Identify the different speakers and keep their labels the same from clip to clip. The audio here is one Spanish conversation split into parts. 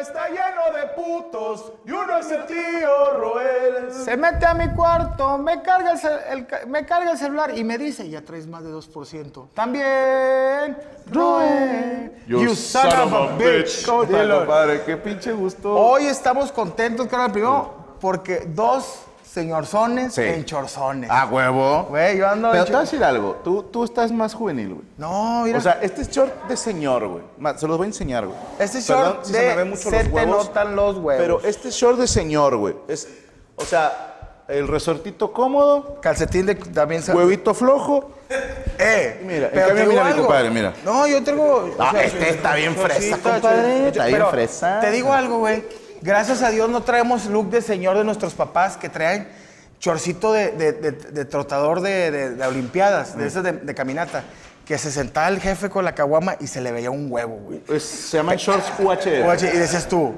Speaker 1: está lleno de putos y uno es el tío Roel.
Speaker 2: Se mete a mi cuarto, me carga el, cel- el ca- me carga el celular y me dice, ya traes más de 2%. También, Roel,
Speaker 3: You son of a bitch.
Speaker 2: ¿Cómo te
Speaker 3: Dilo,
Speaker 2: lo-
Speaker 3: compadre, qué pinche gusto.
Speaker 2: Hoy estamos contentos, carnal, primero, porque dos señorzones
Speaker 3: Sí.
Speaker 2: en chorzones.
Speaker 3: A Ah, huevo.
Speaker 2: Güey, yo ando
Speaker 3: Pero
Speaker 2: en
Speaker 3: te voy a
Speaker 2: chor-
Speaker 3: decir algo. Tú, tú estás más juvenil, güey.
Speaker 2: No, mira,
Speaker 3: O sea, este es short de señor, güey. Ma- Se los voy a enseñar, güey.
Speaker 2: este
Speaker 3: Perdón
Speaker 2: short
Speaker 3: si
Speaker 2: de
Speaker 3: se me ven mucho
Speaker 2: se
Speaker 3: los
Speaker 2: te
Speaker 3: huevos,
Speaker 2: notan los huevos.
Speaker 3: Pero este es short de señor, güey. Es, o sea, el resortito cómodo,
Speaker 2: calcetín de, también se...
Speaker 3: huevito flojo.
Speaker 2: Eh,
Speaker 3: Mira, en
Speaker 2: pero
Speaker 3: cambio,
Speaker 2: te digo
Speaker 3: mira, mi
Speaker 2: algo.
Speaker 3: compadre, mira.
Speaker 2: No, yo tengo... o
Speaker 3: Ah,
Speaker 2: sea,
Speaker 3: este está bien fresa,
Speaker 2: cosita,
Speaker 3: compadre.
Speaker 2: chorizo,
Speaker 3: Está bien
Speaker 2: pero
Speaker 3: fresa.
Speaker 2: Te digo algo, güey. Gracias a Dios no traemos look de señor de nuestros papás que traen chorcito de, de- de- de trotador de, de- de olimpiadas, de esas de, de caminata. Que se sentaba el jefe con la caguama y se le veía un huevo, güey.
Speaker 3: Es- se llaman shorts
Speaker 2: Oye,
Speaker 3: UHD.
Speaker 2: y decías tú,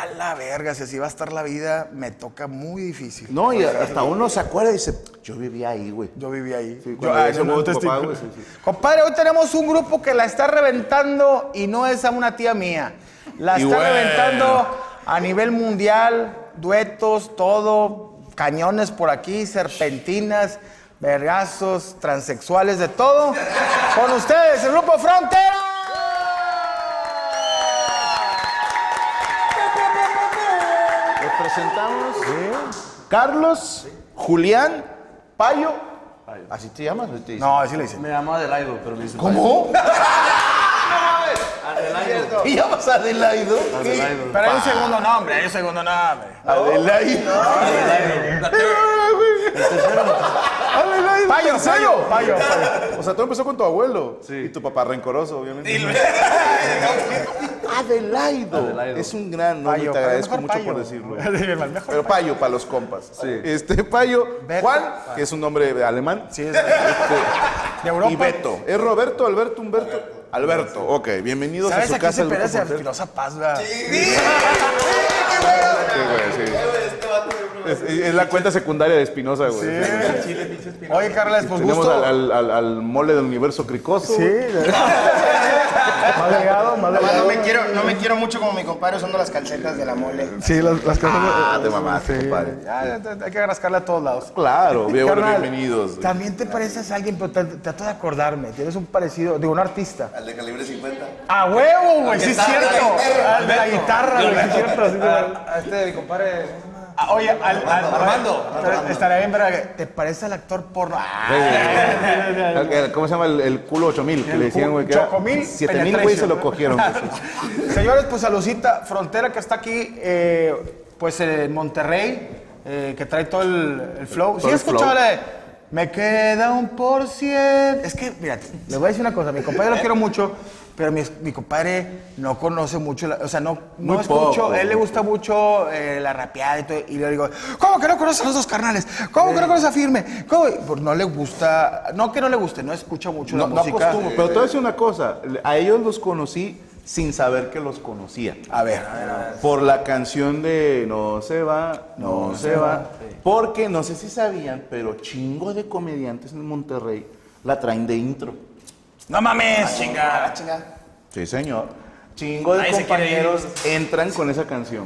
Speaker 2: a la verga, si así va a estar la vida, me toca muy difícil.
Speaker 3: No, y hasta uno se acuerda y dice, yo vivía ahí, güey.
Speaker 2: Yo viví ahí.
Speaker 3: Sí,
Speaker 2: Yo-
Speaker 3: cuando
Speaker 2: ah,
Speaker 3: ves
Speaker 2: yo
Speaker 3: el huevo
Speaker 2: no
Speaker 3: de tu
Speaker 2: testigo.
Speaker 3: papá, güey, sí, sí.
Speaker 2: Compadre, hoy tenemos un grupo que la está reventando y no es a una tía mía. La
Speaker 3: Y
Speaker 2: está
Speaker 3: bueno.
Speaker 2: reventando a nivel mundial, duetos, todo, cañones por aquí, serpentinas, vergazos, transexuales, de todo. Con ustedes, el grupo Frontera.
Speaker 3: Los presentamos Carlos, Julián, Payo. ¿Así te llamas? o te dicen?
Speaker 2: No, así le dicen.
Speaker 4: Me llamo Adelaido, pero me dicen.
Speaker 3: ¿Cómo?
Speaker 4: Adelaido.
Speaker 3: ¿Te llamas Adelaido?
Speaker 4: Adelaido.
Speaker 2: Pero hay un segundo nombre, hay un segundo nombre.
Speaker 3: Adelaido. Adelaido.
Speaker 2: Payo,
Speaker 3: tercero.
Speaker 2: payo, payo,
Speaker 3: O sea, todo empezó con tu abuelo. Y tu papá rencoroso, obviamente. Adelaido.
Speaker 4: Adelaido.
Speaker 3: Es un gran nombre,
Speaker 2: Payo,
Speaker 3: te agradezco
Speaker 2: mejor
Speaker 3: mucho
Speaker 2: payo.
Speaker 3: por decirlo.
Speaker 2: Sí, hermano, mejor.
Speaker 3: Pero Payo para los compas. Este Payo,
Speaker 2: Beto.
Speaker 3: Juan, que es un nombre de alemán.
Speaker 2: Sí, es de de Europa.
Speaker 3: Y Beto. ¿Es Roberto, Alberto, Humberto? Alberto. Ok, bienvenidos a
Speaker 2: ¿Sabes
Speaker 3: su
Speaker 2: a quién
Speaker 3: casa.
Speaker 2: se
Speaker 3: el
Speaker 2: parece? Al
Speaker 3: grupo Frontera.
Speaker 2: Filosa Paz, ¿verdad?
Speaker 3: Sí, güey, sí. Es, es la cuenta secundaria de Espinosa, güey. Sí.
Speaker 2: Oye, Carla, pues
Speaker 3: Tenemos
Speaker 2: gusto.
Speaker 3: al, al- al- al mole del universo cricoso.
Speaker 2: Sí.
Speaker 3: güey.
Speaker 2: más delgado, más
Speaker 5: Además,
Speaker 2: delgado.
Speaker 5: no me quiero, no me quiero mucho como mi compadre usando las calcetas de la mole.
Speaker 2: Sí, las, las cosas. eh,
Speaker 3: Ah, te mamaste, compadre.
Speaker 2: Ya, ya, hay que rascarle a todos lados.
Speaker 3: Claro, bien, bueno,
Speaker 2: Carnal,
Speaker 3: bienvenidos. güey.
Speaker 2: También te pareces a alguien, pero te- trato de acordarme. Tienes un parecido de un artista.
Speaker 6: Al de calibre 50.
Speaker 2: ¡A huevo, güey! Sí, es
Speaker 6: está, la
Speaker 2: cierto.
Speaker 6: guitarra,
Speaker 2: Al de la guitarra, güey. Sí, es cierto. así te-
Speaker 4: A este, mi compadre.
Speaker 2: Ah, Oye, al, al,
Speaker 6: Armando,
Speaker 2: pero Estaría bien, pero te parece al actor porno. Ah,
Speaker 3: El- el- Eh, ¿Cómo se llama el, el culo 8000? Que le decían, güey. que era-
Speaker 2: Chocomil
Speaker 3: 7000, güey, se lo cogieron. güey.
Speaker 2: Señores, pues Salucita Frontera que está aquí, eh, pues en Monterrey, eh, que trae todo el, el flow.
Speaker 3: Todo
Speaker 2: Sí,
Speaker 3: el
Speaker 2: escuchaba
Speaker 3: flow.
Speaker 2: la de, me queda un por ciento. Es que, mira, les voy a decir una cosa, mi compadre lo quiero mucho, pero mi, mi compadre no conoce mucho, la- o sea, no, no
Speaker 3: Muy
Speaker 2: escucho,
Speaker 3: poco.
Speaker 2: él le gusta mucho eh, la rapeada y todo, y le digo, ¿cómo que no conoces a los dos carnales? ¿Cómo que no conoces a Firme? ¿Cómo?" Pues no le gusta, no que no le guste, no escucha mucho
Speaker 3: No,
Speaker 2: la
Speaker 3: no
Speaker 2: música.
Speaker 3: acostumbro, pero te voy a decir una cosa. A ellos los conocí sin saber que los conocía.
Speaker 2: A ver,
Speaker 3: Por la canción de No se va, no, se va. Porque no sé si sabían, pero chingo de comediantes en Monterrey la traen de intro.
Speaker 2: no
Speaker 5: Ah,
Speaker 2: mames, chingada.
Speaker 3: Sí, señor. Chingo de
Speaker 4: Nadie se quiere
Speaker 3: compañeros entran con esa canción.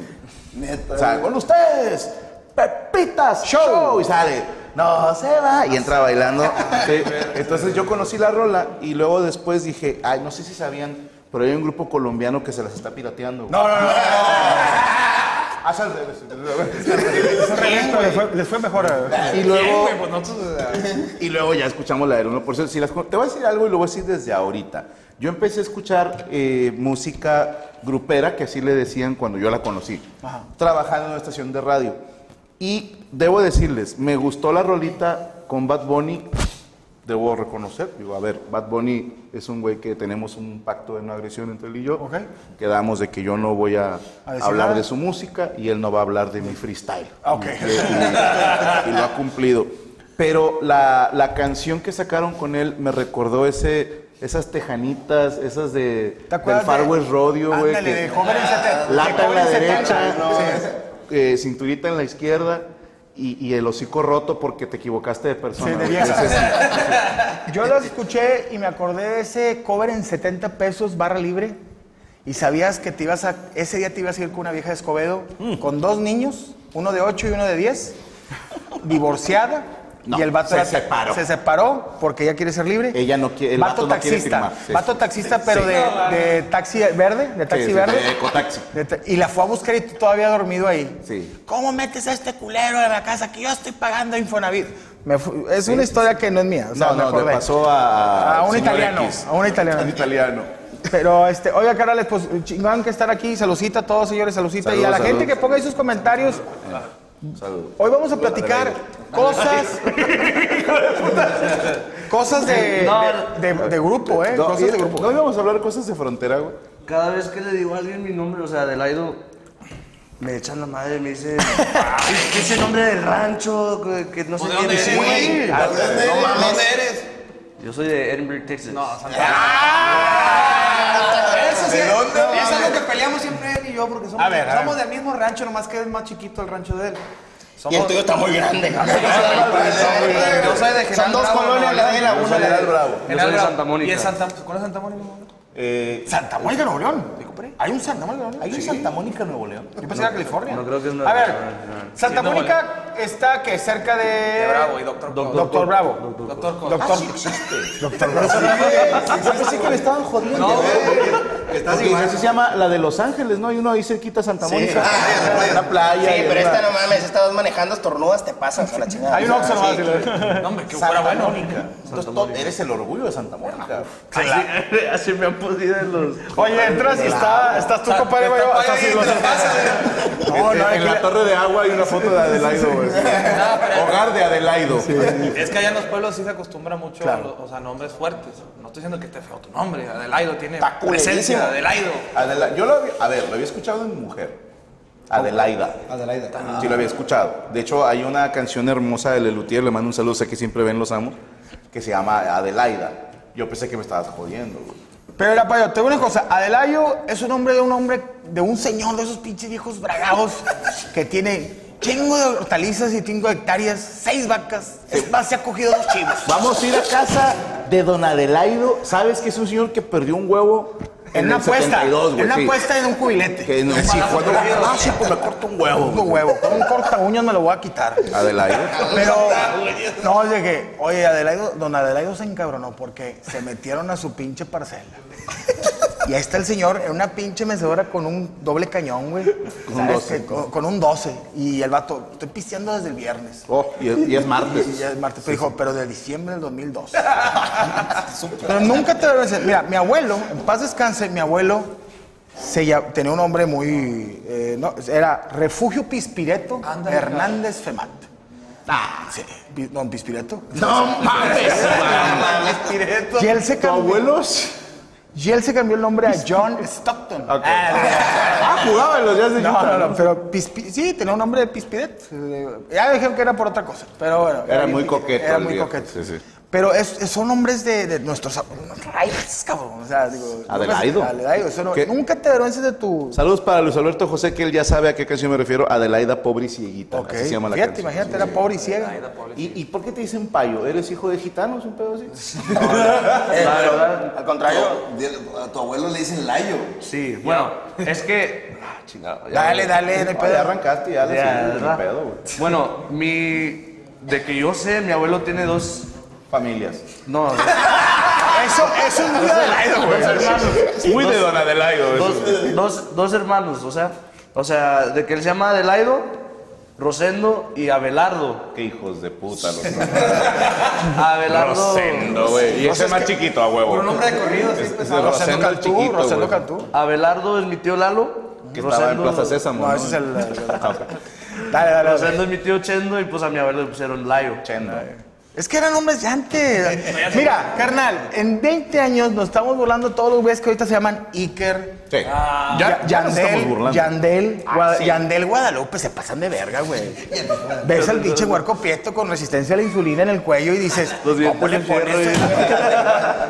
Speaker 3: Neta. con ustedes, Pepitas Show. Y sale, no se va. Y entra bailando. Sí. Entonces yo conocí la rola y luego después dije, ay, no sé si sabían, pero hay un grupo colombiano que se las está pirateando.
Speaker 2: No, no, no.
Speaker 3: Haz al revés.
Speaker 2: les, fue, les fue mejor. eh.
Speaker 3: Y luego, y luego ya escuchamos la del 1%. Si las, te voy a decir algo y lo voy a decir desde ahorita. Yo empecé a escuchar eh, música grupera, que así le decían cuando yo la conocí, trabajando en una estación de radio. Y debo decirles, me gustó la rolita con Bad Bunny. Debo reconocer, digo, a ver, Bad Bunny es un güey que tenemos un pacto de no agresión entre él y yo.
Speaker 2: Ok.
Speaker 3: Quedamos de que yo no voy a,
Speaker 2: A decir
Speaker 3: hablar
Speaker 2: nada.
Speaker 3: de su música y él no va a hablar de mi freestyle.
Speaker 2: Ah, ok.
Speaker 3: Y, y- y lo ha cumplido. Pero la, la canción que sacaron con él me recordó ese, esas tejanitas, esas de
Speaker 2: ¿Te acuerdas?
Speaker 3: del Far
Speaker 2: de-
Speaker 3: West Rodeo, güey.
Speaker 2: Ándale,
Speaker 3: que
Speaker 2: de joven en seten- de
Speaker 3: Lata en
Speaker 2: joven
Speaker 3: la
Speaker 2: en
Speaker 3: derecha,
Speaker 2: setenta, ¿no? Sí.
Speaker 3: eh, cinturita en la izquierda y, y el hocico roto porque te equivocaste de persona.
Speaker 2: Sí, de
Speaker 3: güey.
Speaker 2: vieja.
Speaker 3: Ese es-
Speaker 2: Yo las escuché y me acordé de ese cover en 70 pesos barra libre y sabías que te ibas a, ese día te ibas a ir con una vieja de Escobedo,
Speaker 3: Mm.
Speaker 2: con dos niños, uno de 8 y uno de 10, divorciada.
Speaker 3: No,
Speaker 2: y el vato
Speaker 3: se
Speaker 2: era-
Speaker 3: separó.
Speaker 2: Se separó porque ella quiere ser libre.
Speaker 3: Ella no quiere- el vato no quiere
Speaker 2: taxista.
Speaker 3: firmar, sí.
Speaker 2: Vato taxista, pero
Speaker 3: Sí.
Speaker 2: de, de taxi verde, de taxi
Speaker 3: sí,
Speaker 2: verde.
Speaker 3: de ecotaxi.
Speaker 2: De ta- Y la fue a buscar y tú todavía dormido ahí.
Speaker 3: Sí.
Speaker 2: ¿Cómo metes a este culero a la casa que yo estoy pagando Infonavit? Me fu- es una historia que no es mía. o sea,
Speaker 3: No,
Speaker 2: me
Speaker 3: no, le
Speaker 2: acordé.
Speaker 3: pasó a.
Speaker 2: A un
Speaker 3: señor
Speaker 2: italiano,
Speaker 3: X.
Speaker 2: a un italiano.
Speaker 3: A un italiano.
Speaker 2: Pero, este, oiga, Carales, pues chingón que estar aquí. Saludcita a todos, señores, saludcita. y a la
Speaker 3: Saludos,
Speaker 2: gente que
Speaker 3: saludos.
Speaker 2: ponga ahí sus comentarios.
Speaker 3: Saludos.
Speaker 2: Hoy vamos a platicar cosas. cosas de, de, de- de grupo, ¿eh?
Speaker 3: No,
Speaker 2: cosas
Speaker 3: y-
Speaker 2: de grupo.
Speaker 3: no íbamos a hablar cosas de frontera, güey.
Speaker 4: Cada vez que le digo a alguien mi nombre, o sea, Adelaido, me echan la madre, me dicen, "Ay, ¿qué es ese nombre del rancho? Que, que no sé
Speaker 6: ¿De
Speaker 4: quién
Speaker 6: dónde
Speaker 4: es".
Speaker 6: eres, güey?
Speaker 4: Ah,
Speaker 6: ¿De
Speaker 4: no mames.
Speaker 6: dónde eres?
Speaker 4: Yo soy de Edinburgh, Texas. No,
Speaker 6: Eso sí,
Speaker 5: ¿De dónde?
Speaker 6: es algo que peleamos siempre él y yo, porque somos,
Speaker 2: A ver, a
Speaker 6: somos del mismo rancho, nomás que es más chiquito el rancho de él.
Speaker 5: Y el tuyo está muy grande.
Speaker 6: Yo
Speaker 5: Son
Speaker 6: soy de General
Speaker 5: dos
Speaker 6: Bravo,
Speaker 5: colonias, la de él, la una la de él.
Speaker 4: Yo soy de Santa
Speaker 6: ¿Y
Speaker 4: Mónica.
Speaker 6: el Santa, ¿cuál es Santa Mónica? no?
Speaker 2: Santa Mónica, Nuevo León. Hay un Santa Mónica, Nuevo León. Hay un Santa Mónica, Nuevo León. Yo pensé que era California.
Speaker 4: no creo que es Nuevo
Speaker 2: A ver,
Speaker 4: León, no.
Speaker 2: Santa
Speaker 6: Sí, Nuevo
Speaker 2: Mónica está que cerca de.
Speaker 6: De Bravo y Doctor Cos.
Speaker 2: Doctor Bravo.
Speaker 6: Doctor
Speaker 2: Doctor.
Speaker 6: Cos.
Speaker 2: Doctor Bravo.
Speaker 3: Yo pensé que le estaban jodiendo. Porque eso se llama la de Los Ángeles, ¿no? Hay uno ahí cerquita a Santa Mónica. Una playa.
Speaker 5: Sí,
Speaker 3: y
Speaker 5: pero
Speaker 3: una-
Speaker 5: esta no mames, esta vas manejando estornudas, te pasas a la chingada.
Speaker 2: Hay un Oxxo nomás.
Speaker 5: Ah, Sí.
Speaker 6: No, hombre, que fuera bueno.
Speaker 3: Entonces, todo- eres el orgullo de Santa Mónica.
Speaker 4: Así, así me han podido en los...
Speaker 2: Oye, entras y está, estás tú, compadre, güey.
Speaker 6: Está
Speaker 2: hasta
Speaker 6: ahí,
Speaker 2: así
Speaker 6: te
Speaker 2: los-
Speaker 6: pasa.
Speaker 2: No, no,
Speaker 3: en
Speaker 2: aquí
Speaker 3: la
Speaker 2: la-
Speaker 3: torre de agua hay una foto de Adelaido, güey. Hogar de Adelaido.
Speaker 6: Es que allá en los pueblos sí se acostumbra mucho a los- o sea, nombres fuertes. No estoy diciendo que esté feo tu nombre, Adelaido tiene
Speaker 3: Está culerísimo.
Speaker 6: presencia, Adelaido.
Speaker 3: Adela- yo lo había, a ver, lo había escuchado en mujer. Adelaida.
Speaker 6: Adelaida.
Speaker 3: Sí, lo había escuchado. De hecho, hay una canción hermosa de Lelutier, le mando un saludo, sé que siempre ven los amos, que se llama Adelaida. Yo pensé que me estabas jodiendo, güey.
Speaker 2: Pero era para yo, te digo una cosa, Adelayo es un nombre de un hombre, de un señor de esos pinches viejos bragados que tiene chingo de hortalizas y cinco hectáreas, seis vacas, es más, se ha cogido dos chivos.
Speaker 3: Vamos a ir a casa de Don Adelaido. ¿Sabes que es un señor que perdió un huevo?
Speaker 2: En una
Speaker 3: el
Speaker 2: apuesta,
Speaker 3: 72, güey,
Speaker 2: en una
Speaker 3: sí.
Speaker 2: apuesta en un cubilete.
Speaker 3: Que no, sí, cuando- ah, sí, pues me corto un huevo.
Speaker 2: Un huevo, con un corta uñas me lo voy a quitar.
Speaker 3: Adelaido.
Speaker 2: Pero, no, de que, oye, Adelaido, don Adelaido se encabronó porque se metieron a su pinche parcela. Y ahí está el señor en una pinche mecedora con un doble cañón, güey.
Speaker 3: Con un
Speaker 2: ¿Sabes
Speaker 3: 12.
Speaker 2: qué? Con, con un 12. Y el vato, estoy pisteando desde el viernes.
Speaker 3: Oh, y, es, y es martes.
Speaker 2: Y ya es martes, pero dijo, pero de diciembre del 2012. pero nunca te lo Mira, mi abuelo, en paz descanse, mi abuelo se lla- tenía un nombre muy. eh, no, era Refugio Pispireto
Speaker 6: Ándale,
Speaker 2: Hernández Femat. Ah, sí. Pi- Don Pispireto.
Speaker 3: No mames.
Speaker 2: Y él se
Speaker 3: ¿Tu
Speaker 2: cambió,
Speaker 3: abuelos?
Speaker 2: y él se cambió el nombre a John Stockton.
Speaker 3: Ah, jugaba en los días de
Speaker 2: No,
Speaker 3: Utah.
Speaker 2: no, no, pero Pispi- sí, tenía un nombre de Pispiret. eh, Ya dejé que era por otra cosa, pero bueno.
Speaker 3: Era
Speaker 2: ahí-
Speaker 3: muy coqueto
Speaker 2: Era
Speaker 3: el
Speaker 2: muy
Speaker 3: viejo,
Speaker 2: coqueto.
Speaker 3: sí, sí.
Speaker 2: Pero es- es- son nombres de, de nuestros ab- raíces, cabrón. O sea, digo.
Speaker 3: Adelaido.
Speaker 2: Adelaido. eso no-
Speaker 3: ¿Qué?
Speaker 2: nunca te avergüences de tu.
Speaker 3: Saludos para Luis Alberto José, que él ya sabe a qué canción me refiero. Adelaida, pobre y cieguita.
Speaker 2: Ok.
Speaker 3: Así se llama la
Speaker 2: Fíjate,
Speaker 3: canción.
Speaker 2: imagínate, era pobre y ciego.
Speaker 3: ¿Y, y por qué te dicen payo? ¿Eres hijo de gitanos? ¿Un pedo así?
Speaker 4: Claro, ¿verdad?
Speaker 5: Al contrario.
Speaker 7: A tu abuelo le dicen Layo.
Speaker 4: Sí, bueno, es que... Ah, chingado. ya-
Speaker 2: Dale, dale, no hay
Speaker 3: Ah, ya
Speaker 2: pedo.
Speaker 3: arrancaste, ya le
Speaker 4: Ya,
Speaker 3: sigues, ni
Speaker 4: ¿verdad?
Speaker 3: pedo, güey.
Speaker 4: Bueno, mi... De que yo sé, mi abuelo tiene dos...
Speaker 3: Familias.
Speaker 4: No,
Speaker 2: Eso, eso es muy adelaido, güey.
Speaker 4: dos hermanos.
Speaker 3: Muy de Don Adelaido. eso.
Speaker 4: dos, dos, dos hermanos, o sea, o sea, de que él se llama Adelaido, Rosendo y Abelardo.
Speaker 3: Qué hijos de puta los
Speaker 4: Abelardo.
Speaker 3: Rosendo, güey. Y ese es más chiquito, a huevo.
Speaker 6: Por un nombre de corrido, sí, pues.
Speaker 3: Ese es Rosendo el
Speaker 2: Cantú,
Speaker 3: chiquito,
Speaker 2: Rosendo
Speaker 3: güey.
Speaker 2: Cantú.
Speaker 4: Abelardo es mi tío Lalo.
Speaker 3: Que estaba en
Speaker 4: Rosendo-
Speaker 3: Plaza Sésamo. Ah,
Speaker 2: No, ese es el. Dale, dale, dale.
Speaker 4: Rosendo es mi tío Chendo y pues a mi abuelo le pusieron Layo.
Speaker 3: Chendo.
Speaker 2: Es que eran hombres ya antes. Mira, carnal, en 20 años nos estamos burlando todos los güeyes que ahorita se llaman Iker.
Speaker 3: Sí.
Speaker 2: Ah, Ya,
Speaker 3: Ah, ya nos estamos
Speaker 2: Yandel,
Speaker 3: burlando.
Speaker 2: Yandel,
Speaker 3: Ah,
Speaker 2: Gua-
Speaker 3: sí.
Speaker 2: Yandel Guadalupe, se pasan de verga, güey. Ves al pinche huerco prieto con resistencia a la insulina en el cuello y dices,
Speaker 4: Los dientes
Speaker 2: ¿cómo le
Speaker 4: de
Speaker 2: pones?
Speaker 4: fierro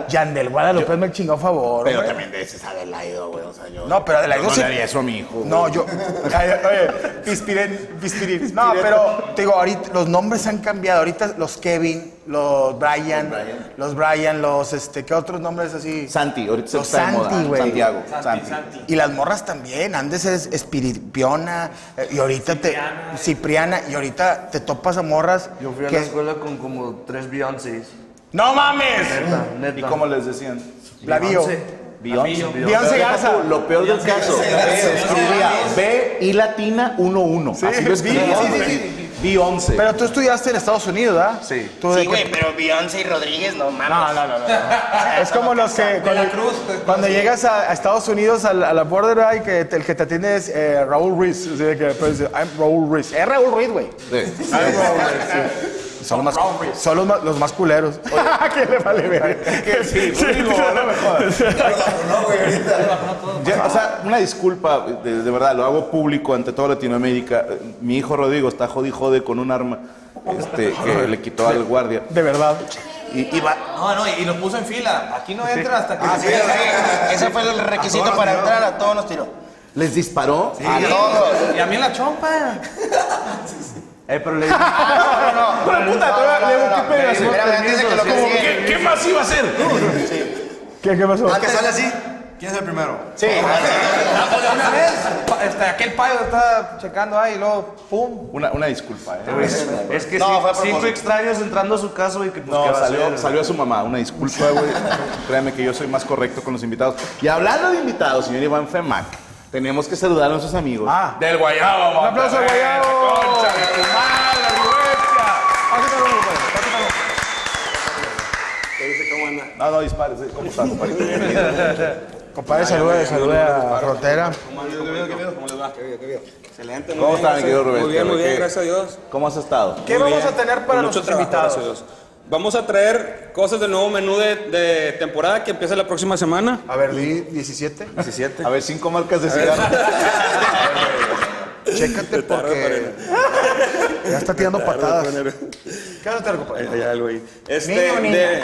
Speaker 2: Yandel Guadalupe me chingó a favor,
Speaker 3: Pero
Speaker 2: güey.
Speaker 3: también de ese es Adelaido, güey. O sea, yo.
Speaker 2: No, pero Adelaido
Speaker 3: yo no
Speaker 2: sí-
Speaker 3: le haría eso a mi hijo.
Speaker 2: No, yo. Ay, Oye, pispiren, pispirin. No, pero te digo, ahorita los nombres han cambiado. Ahorita los Kevin, Kevin, los Brian,
Speaker 7: Los Brian.
Speaker 2: los Brian, los este, ¿qué otros nombres así?
Speaker 3: Santi, ahorita se
Speaker 2: Los
Speaker 3: está de
Speaker 2: Santi,
Speaker 3: moda.
Speaker 2: güey.
Speaker 3: Santiago.
Speaker 6: Santi, Santi.
Speaker 2: Y las morras también, antes es espiripiona, eh, y ahorita te. Cipriana, y ahorita te topas a morras.
Speaker 4: Yo fui a
Speaker 2: que-
Speaker 4: la escuela con como tres Beyoncés.
Speaker 2: ¡No mames!
Speaker 4: Neta, neta.
Speaker 3: ¿Y cómo les decían?
Speaker 2: La vio.
Speaker 3: Beyoncé.
Speaker 6: Beyoncé.
Speaker 2: Beyoncé
Speaker 3: Pero deja
Speaker 2: Garza.
Speaker 3: tú, Lo peor del caso. Se escribía B y latina 11. Así lo escribía.
Speaker 2: sí, sí,
Speaker 3: Beyoncé.
Speaker 2: Pero tú estudiaste en Estados Unidos, ¿verdad?
Speaker 4: Sí.
Speaker 2: Tú de
Speaker 5: Sí,
Speaker 2: que-
Speaker 5: güey, pero Beyoncé y Rodríguez, no mames.
Speaker 2: No, no, no, no. no. Es como los que. Cuando,
Speaker 6: Cruz, de
Speaker 2: cuando llegas a, a Estados Unidos, a la, a la border, ¿verdad? Y que te- el que te atiende es eh, Raúl Ruiz. Así de que, pues, I'm Raúl Ruiz. Es Raúl Ruiz, güey.
Speaker 3: Sí.
Speaker 2: Son, los más, son los, más- los más culeros. ¿Qué le vale ver? sí,
Speaker 7: Ya lo vacunó, güey, ahorita.
Speaker 3: Ya, o sea, una disculpa, de, de verdad, lo hago público ante toda Latinoamérica. Mi hijo Rodrigo está jode y jode con un arma este, que le quitó al guardia.
Speaker 2: De verdad.
Speaker 3: Y, y va-
Speaker 6: No, no, y los puso en fila. Aquí no entra hasta que.
Speaker 5: Sí, sí, ese fue el requisito para entrar, a todos nos tiró.
Speaker 3: les disparó.
Speaker 5: A todos.
Speaker 6: Y a mí en la chompa.
Speaker 4: Eh, pero le dije,
Speaker 5: Pero puta, antes de que lo consigue.
Speaker 3: ¿Qué más iba a hacer?
Speaker 2: ¿Qué, qué pasó?
Speaker 7: Ah, que sale así. ¿Quién es el primero?
Speaker 5: Sí,
Speaker 6: Ah, pues, de Una vez, pa- este, aquel payo estaba checando ahí y luego, ¡pum!
Speaker 3: Una, una disculpa, ¿eh?
Speaker 4: pues, es que
Speaker 5: No,
Speaker 4: sí-
Speaker 5: fue a
Speaker 4: cinco
Speaker 5: propósito.
Speaker 4: extraños entrando a su casa y que pues, ¿qué
Speaker 3: No,
Speaker 4: va a
Speaker 3: salió,
Speaker 4: hacer?
Speaker 3: salió a su mamá, una disculpa, güey. Créeme que yo soy más correcto con los invitados. Y hablando de invitados, señor Iván Femac, tenemos que saludar a nuestros amigos.
Speaker 2: Ah.
Speaker 3: Del Guayabo,
Speaker 2: Un aplauso al
Speaker 3: Monterrey,
Speaker 2: Guayabo.
Speaker 3: la concha de tu madre, la vivencia. No, no, dispares, ¿eh? ¿cómo estás, compadre?
Speaker 2: Compadre, salude, salude a Frontera.
Speaker 8: Excelente, muy
Speaker 3: ¿Cómo
Speaker 8: bien,
Speaker 3: estás, mi querido
Speaker 8: gracias.
Speaker 3: Rubén?
Speaker 8: Muy bien, muy
Speaker 3: ¿Qué-
Speaker 8: bien, gracias a Dios.
Speaker 3: ¿Cómo has estado?
Speaker 2: ¿Qué
Speaker 8: Muy
Speaker 2: vamos
Speaker 8: bien,
Speaker 2: a tener para
Speaker 8: con
Speaker 2: nuestros
Speaker 8: trabajo,
Speaker 2: invitados?
Speaker 8: gracias a Dios. Vamos a traer cosas del nuevo menú de, de temporada que empieza la próxima semana.
Speaker 2: A ver, di 17.
Speaker 8: 17.
Speaker 3: A ver, cinco marcas de cigarro.
Speaker 2: Chécate porque. Ya está tirando patadas. ¿Qué vas a tener, compadre?
Speaker 8: Hay algo ahí. Este,
Speaker 2: Niño, niña.
Speaker 8: de,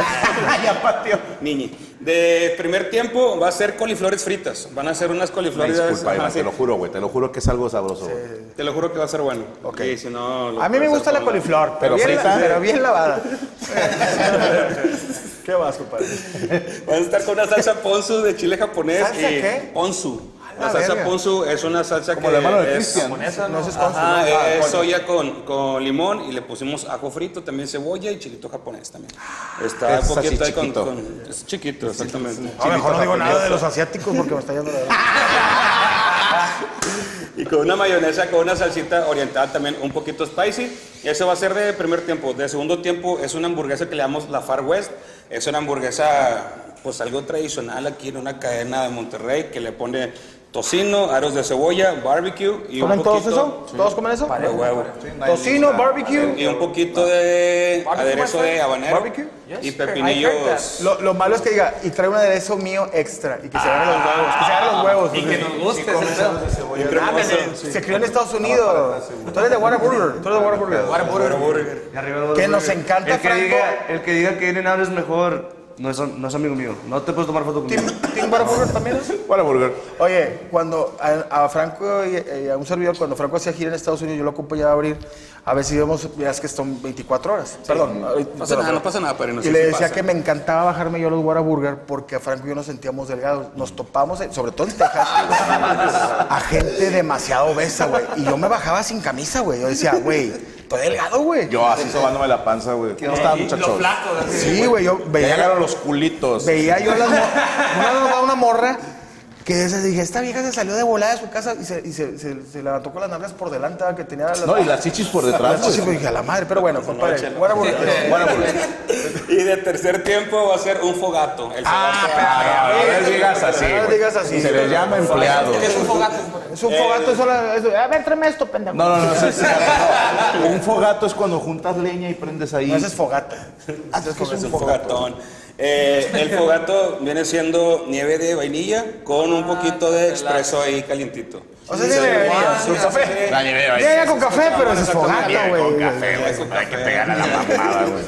Speaker 2: ya pateó.
Speaker 8: niñi. De primer tiempo va a ser coliflores fritas. Van a ser unas
Speaker 3: Una
Speaker 8: coliflores.
Speaker 3: disculpa,
Speaker 8: ajá,
Speaker 3: Iván,
Speaker 8: sí.
Speaker 3: te lo juro, güey. Te lo juro que es algo sabroso, güey.
Speaker 8: Te lo juro que va a ser bueno.
Speaker 2: Ok.
Speaker 8: Y si no, lo
Speaker 2: A mí me
Speaker 8: puedes
Speaker 2: gusta
Speaker 8: hacer
Speaker 2: la
Speaker 8: con-
Speaker 2: coliflor, pero,
Speaker 3: ¿Pero
Speaker 2: bien,
Speaker 3: frita?
Speaker 2: pero bien lavada. ¿Qué vas, compadre?
Speaker 8: Van a estar con una salsa ponzu de chile japonés.
Speaker 2: ¿Salsa
Speaker 8: y
Speaker 2: qué?
Speaker 8: Ponzu.
Speaker 2: A la
Speaker 8: La salsa
Speaker 2: verga.
Speaker 8: ponzu es una salsa
Speaker 3: Como
Speaker 8: que
Speaker 3: la mano de
Speaker 8: es-
Speaker 3: Cristian.
Speaker 2: No se
Speaker 8: Ajá,
Speaker 2: esconde.
Speaker 8: es soya con, con limón y le pusimos ajo frito, también cebolla y chilito japonés también. Está
Speaker 3: Es
Speaker 8: un poquito
Speaker 3: así,
Speaker 8: ahí con,
Speaker 3: chiquito.
Speaker 8: con- Es chiquito, exactamente.
Speaker 2: A lo mejor no digo nada de los asiáticos porque me está yendo la
Speaker 8: Y con una mayonesa, con una salsita oriental también un poquito spicy. Eso va a ser de primer tiempo. De segundo tiempo es una hamburguesa que le llamamos la Far West. Es una hamburguesa, pues algo tradicional aquí en una cadena de Monterrey que le pone tocino, aros de cebolla, barbecue y un
Speaker 2: ¿Comen
Speaker 8: poquito...
Speaker 2: todos eso? ¿Todos comen eso?
Speaker 8: De huevo.
Speaker 2: Tocino, barbecue.
Speaker 8: Y un poquito de aderezo de habanero.
Speaker 2: Barbecue?
Speaker 8: Y
Speaker 6: I heard that.
Speaker 8: pepinillos.
Speaker 2: Lo, lo malo es que diga, y trae un aderezo mío extra, y que se agarren los huevos, que se agarren los huevos.
Speaker 6: Y que nos guste ese pedo.
Speaker 8: Yo creo que va a ser-
Speaker 2: Se- Se crió en Estados Unidos. Tú eres de Whataburger. Tú eres de Whataburger.
Speaker 4: Y arriba dos
Speaker 2: Que nos
Speaker 4: burgers.
Speaker 2: encanta,
Speaker 4: el que
Speaker 2: Franco.
Speaker 4: diga El que diga que In-N-Out es mejor, no es, no es amigo mío. No te puedes tomar foto conmigo.
Speaker 2: ¿Team Whataburger también?
Speaker 3: Para burger.
Speaker 2: Oye, cuando a, a Franco y eh, a un servidor, cuando Franco hacía gira en Estados Unidos, yo lo acompañaba a abrir, a ver si íbamos, ya es que son 24 horas. Perdón. ahorita-
Speaker 8: No pasa nada, no pasa nada, pero no
Speaker 2: Y
Speaker 8: sé
Speaker 2: le
Speaker 8: si
Speaker 2: decía
Speaker 8: pasa.
Speaker 2: que me encantaba bajarme yo a los Whataburger porque a Franco y yo nos sentíamos delgados. Nos topamos, en- sobre todo en Texas, a gente demasiado obesa, güey. Y yo me bajaba sin camisa, güey. Yo decía, güey, estoy delgado, güey.
Speaker 3: Yo así sobándome la panza, güey. ¿Cómo estás, muchachos?
Speaker 2: Sí, güey, yo
Speaker 3: Ya
Speaker 2: veía
Speaker 3: llegaron los culitos.
Speaker 2: Veía yo a las mor- una, una, una morra que de esas dije, esta vieja se salió de volada de su casa y se, y se, se- se levantó con las nalgas por delante ¿verdad? que tenía las...
Speaker 3: No, y las chichis por detrás,
Speaker 2: las
Speaker 3: güey.
Speaker 2: chichis, pues, dije, a la madre, pero bueno, compadre. buena burger.
Speaker 3: Para burger.
Speaker 8: Y de tercer tiempo va a ser un fogato. El
Speaker 3: Ah,
Speaker 8: fogato.
Speaker 3: no les digas así.
Speaker 2: No les
Speaker 3: güey.
Speaker 2: digas así.
Speaker 3: Se les llama empleado.
Speaker 2: Es un fogato, es solo... es- A ver, tráeme esto, pendejo.
Speaker 3: No, no, no, sí, sí, no, no. Un fogato es cuando juntas leña y prendes ahí.
Speaker 2: No, ese es fogata.
Speaker 8: es un fogatón. Eh, el fogato viene siendo nieve de vainilla con un poquito de expreso ahí calientito.
Speaker 2: O sea, sí, beberías.
Speaker 8: Con café.
Speaker 3: Dale, veo ahí.
Speaker 2: Llega con café, pero es fogata,
Speaker 3: Mira, Con
Speaker 2: güey.
Speaker 3: café, güey. con- Hay que pegar a la mamada, güey.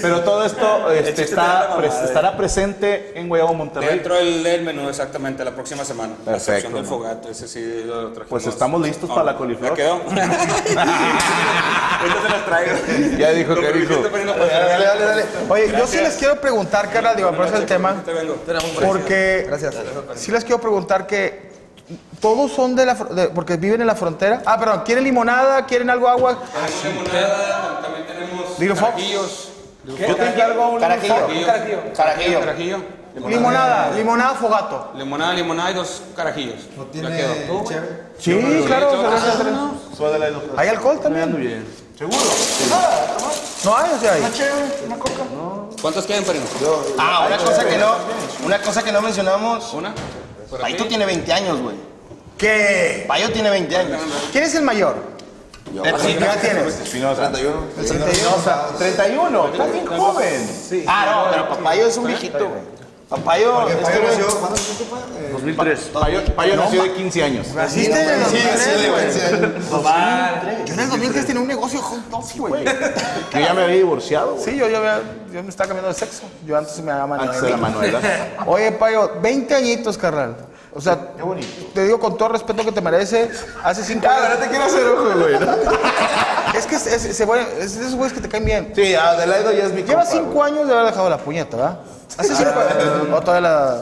Speaker 1: Pero todo esto
Speaker 3: eh,
Speaker 1: este,
Speaker 8: está
Speaker 1: está,
Speaker 8: la
Speaker 1: pres-
Speaker 8: mamada,
Speaker 1: estará presente en Guayabo Monterrey.
Speaker 8: Dentro del, del menú, exactamente, la próxima semana. La
Speaker 3: Perfecto,
Speaker 8: sección del
Speaker 3: ¿no?
Speaker 8: fogato, ese sí lo trajimos.
Speaker 1: Pues estamos listos para la coliflor.
Speaker 8: ¿Ya quedó? Ahorita se las traigo.
Speaker 3: Ya dijo
Speaker 8: Lo
Speaker 3: que
Speaker 8: primero
Speaker 3: dijo.
Speaker 8: te ponen los pantalones.
Speaker 2: Oye, yo sí les quiero preguntar, carnal, digo, por eso el tema.
Speaker 8: Te vengo.
Speaker 2: Porque sí les quiero preguntar que todos son de la fr- de- porque viven en la frontera. Ah, perdón, ¿quieren limonada? ¿Quieren algo agua?
Speaker 8: Tenemos Ah, limonada, también tenemos
Speaker 2: Little Fox.
Speaker 8: carajillos.
Speaker 1: Yo te encargo un
Speaker 5: Carajillo.
Speaker 6: Carajillo.
Speaker 5: Carajillo.
Speaker 8: Carajillo.
Speaker 2: Limonada, limonada fogato.
Speaker 8: Limonada, limonada y dos carajillos.
Speaker 7: No
Speaker 8: Ya
Speaker 7: tiene
Speaker 8: quedó.
Speaker 7: chévere.
Speaker 2: Sí, claro. cerveza de tres. ¿Hay alcohol también?
Speaker 1: ¿Seguro?
Speaker 2: No hay, o sea, hay.
Speaker 8: ¿Cuántos quedan, Perino?
Speaker 5: Ah, una cosa que no, una cosa que no mencionamos.
Speaker 8: ¿Una? Por aquí.
Speaker 5: Paito tiene 20 años, güey.
Speaker 2: ¿Qué?
Speaker 5: Payo tiene 20 años.
Speaker 2: ¿Quién es el mayor? ¿Qué edad tienes?
Speaker 3: Espinosa.
Speaker 1: 31, está bien joven.
Speaker 5: Ah, no, pero Papayo es un viejito, güey. Papayo, este güey,
Speaker 7: nació- ¿cuándo
Speaker 3: Payo, Payo nació de 15 años.
Speaker 2: ¿Naciste en el
Speaker 7: Sí,
Speaker 2: 2003?
Speaker 7: sí, güey.
Speaker 2: Yo en el 2003 tenía un negocio hot dogs, güey.
Speaker 3: Yo ya me había divorciado, güey.
Speaker 2: Sí, yo, yo, había- yo me estaba cambiando de sexo. Yo antes me llamaba
Speaker 3: Antes de la Manuela.
Speaker 2: Oye, Payo, 20 añitos, carnal. O sea, te digo con todo el respeto que te merece, hace 5 años.
Speaker 3: Ah, te quiero hacer ojo, güey.
Speaker 2: Es que es, es- se vuelve- es de esos güeyes que te caen bien.
Speaker 3: Sí, Adelaido ya es mi
Speaker 2: Lleva
Speaker 3: compa,
Speaker 2: 5 años de haber dejado la puñeta, ¿verdad? Hace
Speaker 3: Ah.
Speaker 2: 5 años. O todavía la.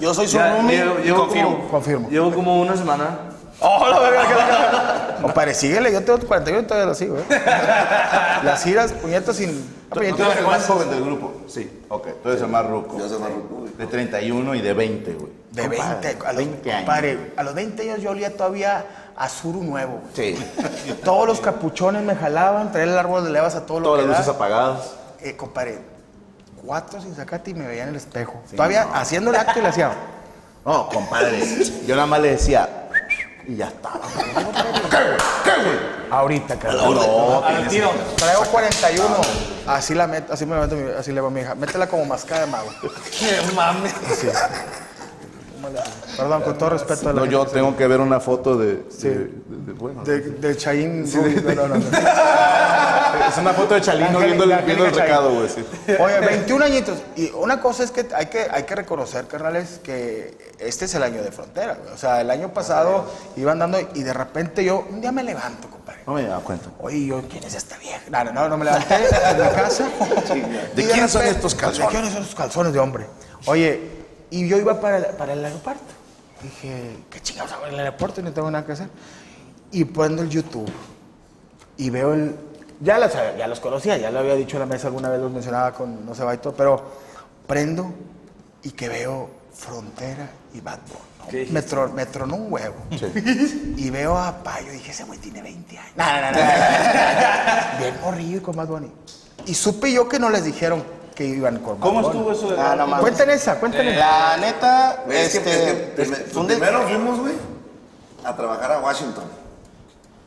Speaker 5: yo soy su
Speaker 4: Ya,
Speaker 5: roomie.
Speaker 4: llevo, llevo
Speaker 2: Confirmo,
Speaker 4: como,
Speaker 2: confirmo.
Speaker 4: Llevo como una semana.
Speaker 2: ¡Oh, la verga! que la- Compadre, síguele, yo tengo 41 y todavía la sigo, ¿eh? Las giras, puñetas sin. Ah,
Speaker 3: güey.
Speaker 2: puñetas.
Speaker 3: Tú eres el más joven del grupo. Sí. Ok, tú eres el más ruco. Yo soy más ruco. De 31 y de 20, güey.
Speaker 2: De
Speaker 3: Compadre,
Speaker 2: 20, a los,
Speaker 3: 20 años.
Speaker 2: compadre, a los 20 años yo olía todavía a suru nuevo. güey.
Speaker 3: Sí.
Speaker 2: Todos los capuchones me jalaban, traía el árbol de levas a todo lo
Speaker 3: Todas
Speaker 2: que
Speaker 3: las
Speaker 2: da.
Speaker 3: luces apagadas.
Speaker 2: Eh, compadre, cuatro sin sacate y me veía en el espejo. Todavía haciendo el acto y le hacía.
Speaker 3: No, compadre. Yo nada más le decía. Y ya está. ¿Qué, güey? ¿Qué, güey?
Speaker 2: Ahorita, cabrón.
Speaker 3: No, no,
Speaker 6: Al tiro.
Speaker 2: Traigo 41. Así la meto, así me meto, mi- así le va a mi hija. Métela como mascada de mago.
Speaker 6: Mame.
Speaker 2: Perdón, con todo respeto a la
Speaker 3: No,
Speaker 2: gente
Speaker 3: yo
Speaker 2: que
Speaker 3: tengo que ver una foto de. de- de- de- bueno.
Speaker 2: se- De, de Chaín. Rubio, no, no, no.
Speaker 3: Es una foto de Chalino
Speaker 2: Angélica-
Speaker 3: viendo, el- viendo el
Speaker 2: Angélica
Speaker 3: recado, güey. sí.
Speaker 2: Oye, 21 añitos. Y una cosa es que hay que, hay que reconocer, carnales, que este es el año de frontera. güey. O sea, el año pasado iban dando y de repente yo un día me levanto, compadre.
Speaker 3: No me he dado cuenta.
Speaker 2: Oye, yo, ¿quién es esta vieja? No, no, no, no me levanté en mi casa.
Speaker 3: ¿De
Speaker 2: Y
Speaker 3: quién son
Speaker 2: repente-
Speaker 3: estos calzones?
Speaker 2: ¿De quiénes son estos calzones de hombre? Oye, y yo iba para, el- para el aeropuerto. Dije, ¿qué chingados hago en el aeropuerto? No tengo nada que hacer. Y prendo el YouTube y veo el... Ya los, ya los conocía, ya lo había dicho en la mesa alguna vez, los mencionaba con No se va y todo, pero prendo y que veo Frontera y Bad Bunny. Me, tro- me tronó un huevo. Y veo a Payo, dije, ese güey tiene 20 años. No, no, no, no. Bien morrillo y con Bad Bunny. Y supe yo que no les dijeron que iban con Bad
Speaker 1: ¿Cómo
Speaker 2: Bunny.
Speaker 1: estuvo eso de
Speaker 5: Ah, no mames.
Speaker 2: Cuenten esa, cuenten esa.
Speaker 5: La neta,
Speaker 7: Güey, Es que,
Speaker 5: este,
Speaker 7: es que prime-
Speaker 5: fue un des-
Speaker 7: primero fuimos, güey, a trabajar a Washington.